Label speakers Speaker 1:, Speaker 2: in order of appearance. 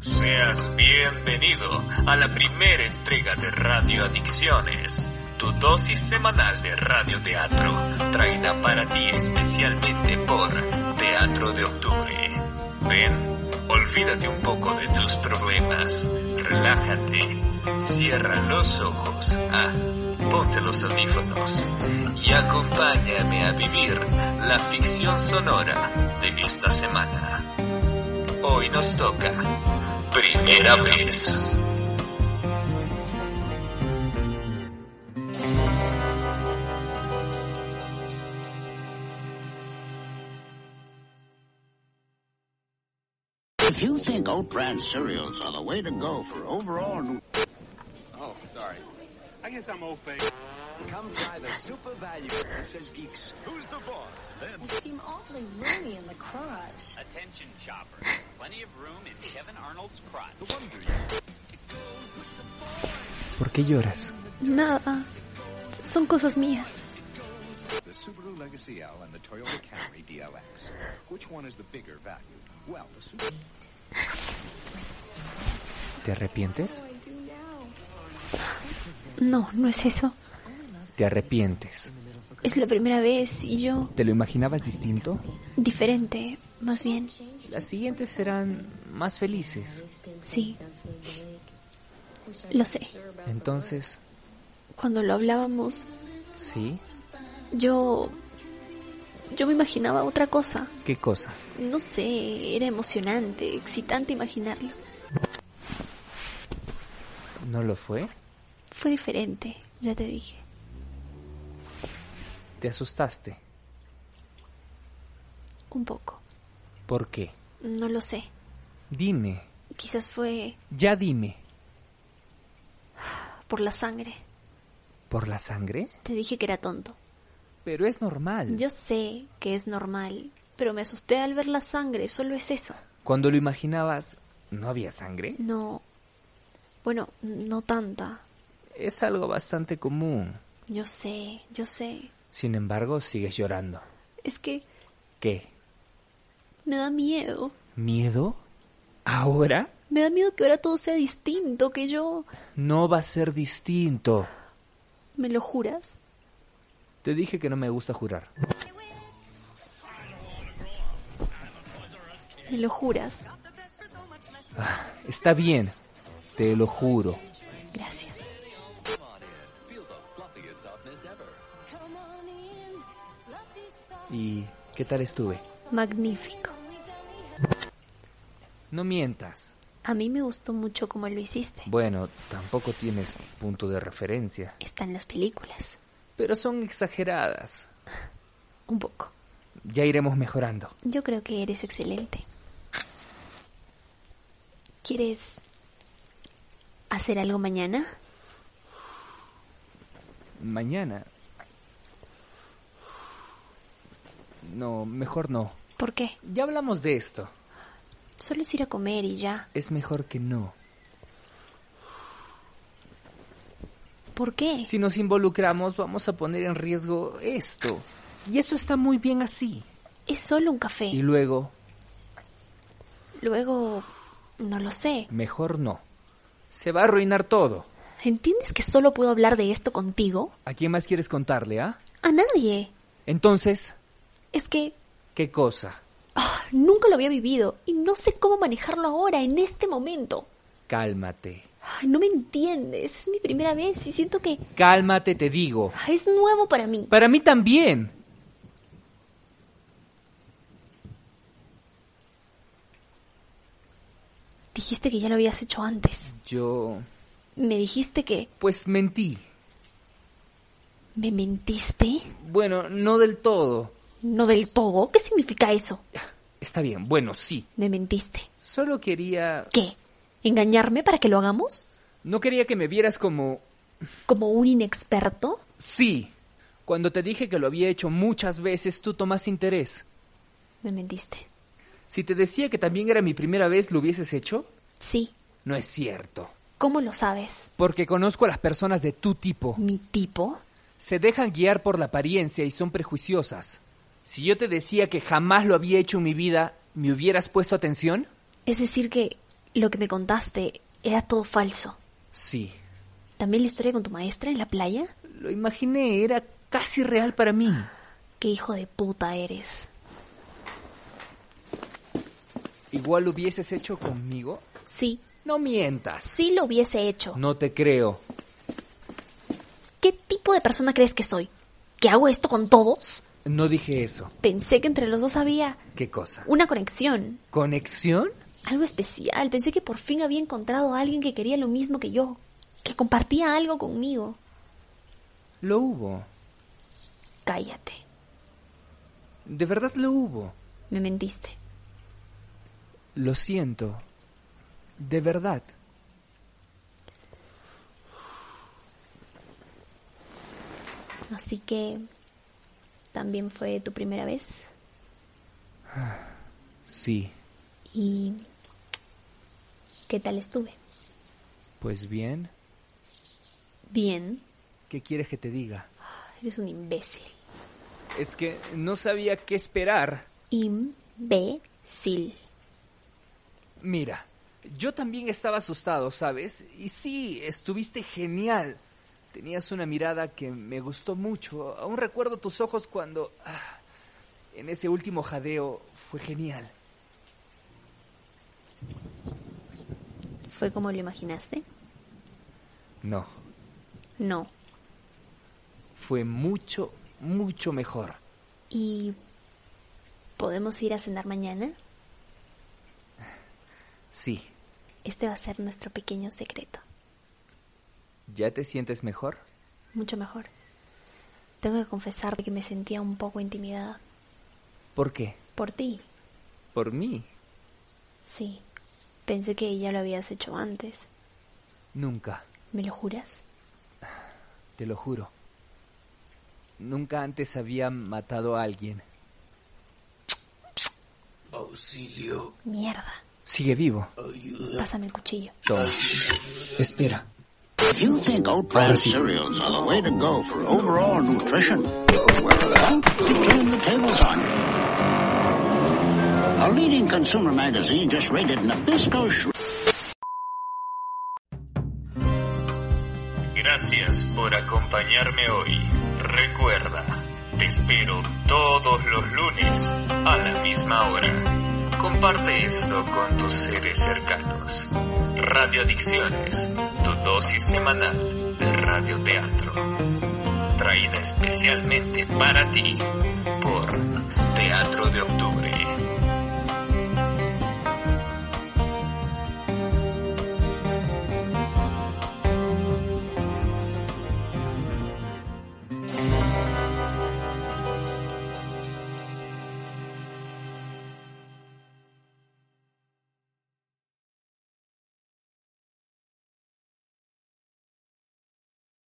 Speaker 1: Seas bienvenido a la primera entrega de Radio Adicciones, tu dosis semanal de radioteatro, traída para ti especialmente por Teatro de Octubre. Ven, olvídate un poco de tus problemas, relájate, cierra los ojos, ah, ponte los audífonos y acompáñame a vivir la ficción sonora de esta semana. Hoy nos toca primera vez.
Speaker 2: If you think oat bran cereals are the way to go for overall nu-
Speaker 3: Oh, sorry. I guess I'm old fake. Come try the super value. It says geeks. Who's the boss? Then.
Speaker 4: You seem awfully roomy in the crotch.
Speaker 5: Attention, shopper. Plenty of room in Kevin Arnold's crotch.
Speaker 6: ¿Por qué lloras?
Speaker 4: Nada. Son cosas mías.
Speaker 3: The Subaru Legacy L and the Toyota Camry DLX. Which one is the bigger value? Well, the Subaru.
Speaker 6: ¿Te arrepientes?
Speaker 4: No, no es eso.
Speaker 6: ¿Te arrepientes?
Speaker 4: Es la primera vez y yo
Speaker 6: ¿Te lo imaginabas distinto?
Speaker 4: diferente, más bien.
Speaker 6: Las siguientes serán más felices.
Speaker 4: Sí. Lo sé.
Speaker 6: Entonces,
Speaker 4: Cuando lo hablábamos,
Speaker 6: ¿sí?
Speaker 4: yo yo me imaginaba otra cosa.
Speaker 6: ¿Qué cosa?
Speaker 4: No sé, era emocionante, excitante imaginarlo.
Speaker 6: ¿No lo fue?
Speaker 4: Fue diferente, ya te dije.
Speaker 6: ¿Te asustaste?
Speaker 4: Un poco.
Speaker 6: ¿Por qué?
Speaker 4: No lo sé.
Speaker 6: Dime,
Speaker 4: Quizás fue
Speaker 6: ya dime.
Speaker 4: por la sangre.
Speaker 6: ¿Por la sangre?
Speaker 4: Te dije que era tonto.
Speaker 6: Pero es
Speaker 1: Mm.
Speaker 6: normal.
Speaker 4: Yo sé que es normal, pero me asusté al ver la sangre, solo es eso.
Speaker 6: Cuando lo imaginabas, ¿no había sangre?
Speaker 4: No. Bueno, no tanta.
Speaker 6: Es algo bastante común.
Speaker 4: Yo sé, yo sé.
Speaker 6: Sin embargo, sigues llorando.
Speaker 4: Es que
Speaker 6: ¿Qué?
Speaker 4: me da miedo.
Speaker 6: ¿Miedo? ¿Ahora?
Speaker 4: Me da miedo que ahora todo sea distinto, que yo...
Speaker 6: No va a ser distinto.
Speaker 4: ¿Me lo juras?
Speaker 6: Te dije que no me gusta jurar.
Speaker 4: ¿Me lo juras?
Speaker 6: Está bien, te lo juro.
Speaker 4: Gracias.
Speaker 6: ¿Y qué tal estuve?
Speaker 4: Magnífico.
Speaker 6: No mientas.
Speaker 4: A mí me gustó mucho como lo hiciste.
Speaker 6: Bueno, tampoco tienes punto de referencia.
Speaker 4: Están las películas.
Speaker 6: Pero son exageradas.
Speaker 4: Un poco.
Speaker 6: Ya iremos mejorando.
Speaker 4: Yo creo que eres excelente. ¿Quieres hacer algo mañana?
Speaker 6: Mañana. No, mejor no.
Speaker 4: ¿Por qué?
Speaker 6: Ya hablamos de esto.
Speaker 4: Solo es ir a comer y ya.
Speaker 6: Es mejor que no.
Speaker 4: ¿Por qué?
Speaker 6: Si nos involucramos vamos a poner en riesgo esto. Y esto está muy bien así.
Speaker 4: Es solo un café.
Speaker 6: Y luego,
Speaker 4: Luego, no lo sé.
Speaker 6: mejor no. Se va a arruinar todo.
Speaker 4: ¿Entiendes que solo puedo hablar de esto contigo?
Speaker 6: ¿A quién más quieres contarle, ah?
Speaker 4: A nadie.
Speaker 6: Entonces,
Speaker 4: Es que
Speaker 6: ¿qué cosa?
Speaker 4: ah, nunca lo había vivido y no sé cómo manejarlo ahora, en este momento.
Speaker 6: Cálmate.
Speaker 4: Ay, no me entiendes. Es mi primera vez y siento que
Speaker 6: Cálmate, te digo.
Speaker 4: ah, es nuevo para mí.
Speaker 6: Para mí también.
Speaker 4: Dijiste que ya lo habías hecho antes.
Speaker 6: Yo...
Speaker 4: Me dijiste que
Speaker 6: Pues mentí.
Speaker 4: me mentiste.
Speaker 6: Bueno, no del todo.
Speaker 4: No del todo. ¿Qué significa eso?
Speaker 6: Está bien, bueno, sí.
Speaker 4: Me mentiste.
Speaker 6: Solo quería...
Speaker 4: ¿Qué? ¿Engañarme para que lo hagamos?
Speaker 6: No quería que me vieras como...
Speaker 4: ¿Como un inexperto?
Speaker 6: Sí. Cuando te dije que lo había hecho muchas veces, tú tomaste interés.
Speaker 4: Me mentiste.
Speaker 6: Si te decía que también era mi primera vez, ¿lo hubieses hecho?
Speaker 4: Sí.
Speaker 6: No es cierto.
Speaker 4: ¿Cómo lo sabes?
Speaker 6: Porque conozco a las personas de tu tipo.
Speaker 4: ¿Mi tipo?
Speaker 6: Se dejan guiar por la apariencia y son prejuiciosas. Si yo te decía que jamás lo había hecho en mi vida, ¿me hubieras puesto atención?
Speaker 4: Es decir, que, Lo que me contaste era todo falso.
Speaker 6: Sí.
Speaker 4: ¿También la historia con tu maestra en la playa?
Speaker 6: Lo imaginé, era casi real para mí.
Speaker 4: Qué hijo de puta eres.
Speaker 6: Igual lo hubieses hecho conmigo.
Speaker 4: Sí,
Speaker 6: No mientas.
Speaker 4: sí lo hubiese hecho.
Speaker 6: No te creo.
Speaker 4: ¿Qué tipo de persona crees que soy? ¿Que hago esto con todos?
Speaker 6: No dije eso.
Speaker 4: Pensé que entre los dos había
Speaker 6: ¿Qué cosa?
Speaker 4: una conexión,
Speaker 6: ¿Conexión?
Speaker 4: algo especial. Pensé que por fin había encontrado a alguien que quería lo mismo que yo, que compartía algo conmigo.
Speaker 6: Lo hubo.
Speaker 4: Cállate,
Speaker 6: De verdad lo hubo.
Speaker 4: me mentiste.
Speaker 6: Lo siento. De verdad.
Speaker 4: Así que... También fue tu primera vez
Speaker 6: Sí.
Speaker 4: y... ¿Qué tal estuve?
Speaker 6: Pues bien.
Speaker 4: Bien,
Speaker 6: ¿Qué quieres que te diga?
Speaker 4: eres un imbécil.
Speaker 6: Es que no sabía qué esperar.
Speaker 4: Imbécil.
Speaker 6: Mira, yo también estaba asustado, ¿sabes? Y sí, estuviste genial. Tenías una mirada que me gustó mucho. Aún recuerdo tus ojos cuando... ah, en ese último jadeo fue genial.
Speaker 4: ¿Fue como lo imaginaste?
Speaker 6: No,
Speaker 4: No.
Speaker 6: fue mucho, mucho mejor.
Speaker 4: ¿Y podemos ir a cenar mañana?
Speaker 6: Sí.
Speaker 4: Este va a ser nuestro pequeño secreto.
Speaker 6: ¿Ya te sientes mejor?
Speaker 4: Mucho mejor. Tengo que confesar que me sentía un poco intimidada.
Speaker 6: ¿Por qué?
Speaker 4: Por ti,
Speaker 6: Por mí.
Speaker 4: sí. Pensé que ya lo habías hecho antes.
Speaker 6: Nunca,
Speaker 4: ¿Me lo juras?
Speaker 6: te lo juro. Nunca antes había matado a alguien.
Speaker 4: Mierda.
Speaker 6: Sigue vivo.
Speaker 4: Pásame el cuchillo.
Speaker 6: Toma.
Speaker 7: Espera.
Speaker 2: If you think oat bran cereals are the way to go for overall nutrition, well, uh, you turn the tables on you. A leading consumer magazine just rated Nabisco Shred.
Speaker 1: Gracias por acompañarme hoy. Recuerda, te espero todos los lunes a la misma hora. Comparte esto con tus seres cercanos. Radio Adicciones, tu dosis semanal de radioteatro. Traída especialmente para ti por Teatro de Octubre.